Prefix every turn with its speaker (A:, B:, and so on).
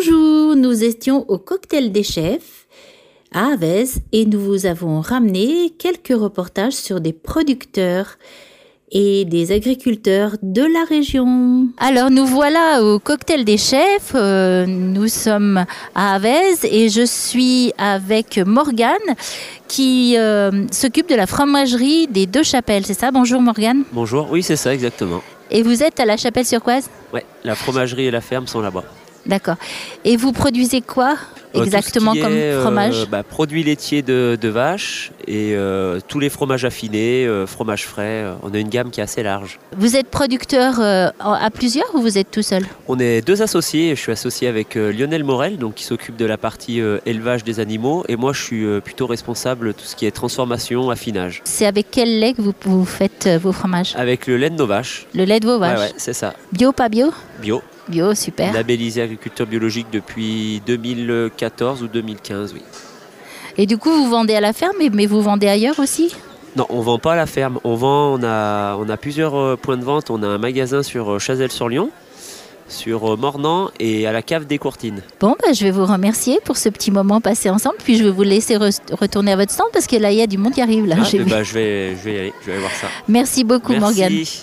A: Bonjour, nous étions au cocktail des chefs à Avez et nous vous avons ramené quelques reportages sur des producteurs et des agriculteurs de la région. Alors nous voilà au cocktail des chefs, euh, nous sommes à Avez et je suis avec Morgane qui euh, s'occupe de la fromagerie des Deux Chapelles, c'est ça Bonjour Morgane.
B: Bonjour, oui c'est ça exactement.
A: Et vous êtes à la Chapelle-sur-Coise
B: Ouais, la fromagerie et la ferme sont là-bas.
A: D'accord. Et vous produisez quoi
B: Euh, tout ce
A: exactement
B: qui
A: comme
B: est, euh,
A: fromage
B: bah, Produits laitiers de, de vache et euh, tous les fromages affinés, euh, fromages frais. euh, on a une gamme qui est assez large.
A: Vous êtes producteur euh, en- à plusieurs ou vous êtes tout seul
B: On est deux associés. Je suis associé avec euh, Lionel Morel, donc qui s'occupe de la partie euh, élevage des animaux, et moi je suis euh, plutôt responsable de tout ce qui est transformation, affinage.
A: C'est avec quel lait que vous, vous faites euh, vos fromages
B: Avec le lait de nos vaches.
A: Le lait de vos vaches
B: Ouais, ouais, c'est ça.
A: Bio, pas bio
B: Bio,
A: Bio, super.
B: labellisé agriculteur biologique depuis 2014 ou 2015, oui.
A: Et du coup, vous vendez à la ferme, mais- mais vous vendez ailleurs aussi
B: Non, on vend pas à la ferme. On vend, on a, on a plusieurs euh, points de vente. On a un magasin sur euh, Chazelles-sur-Lyon, sur euh, Mornan et à la cave des Courtines.
A: Bon, bah, je vais vous remercier pour ce petit moment passé ensemble, puis je vais vous laisser re- retourner à votre stand parce que là, il y a du monde qui arrive. Là,
B: Ah,
A: j'ai
B: eh
A: vu.
B: ben, je vais, je vais y aller. Je vais aller voir ça.
A: Merci beaucoup,
B: Merci.
A: Morgane.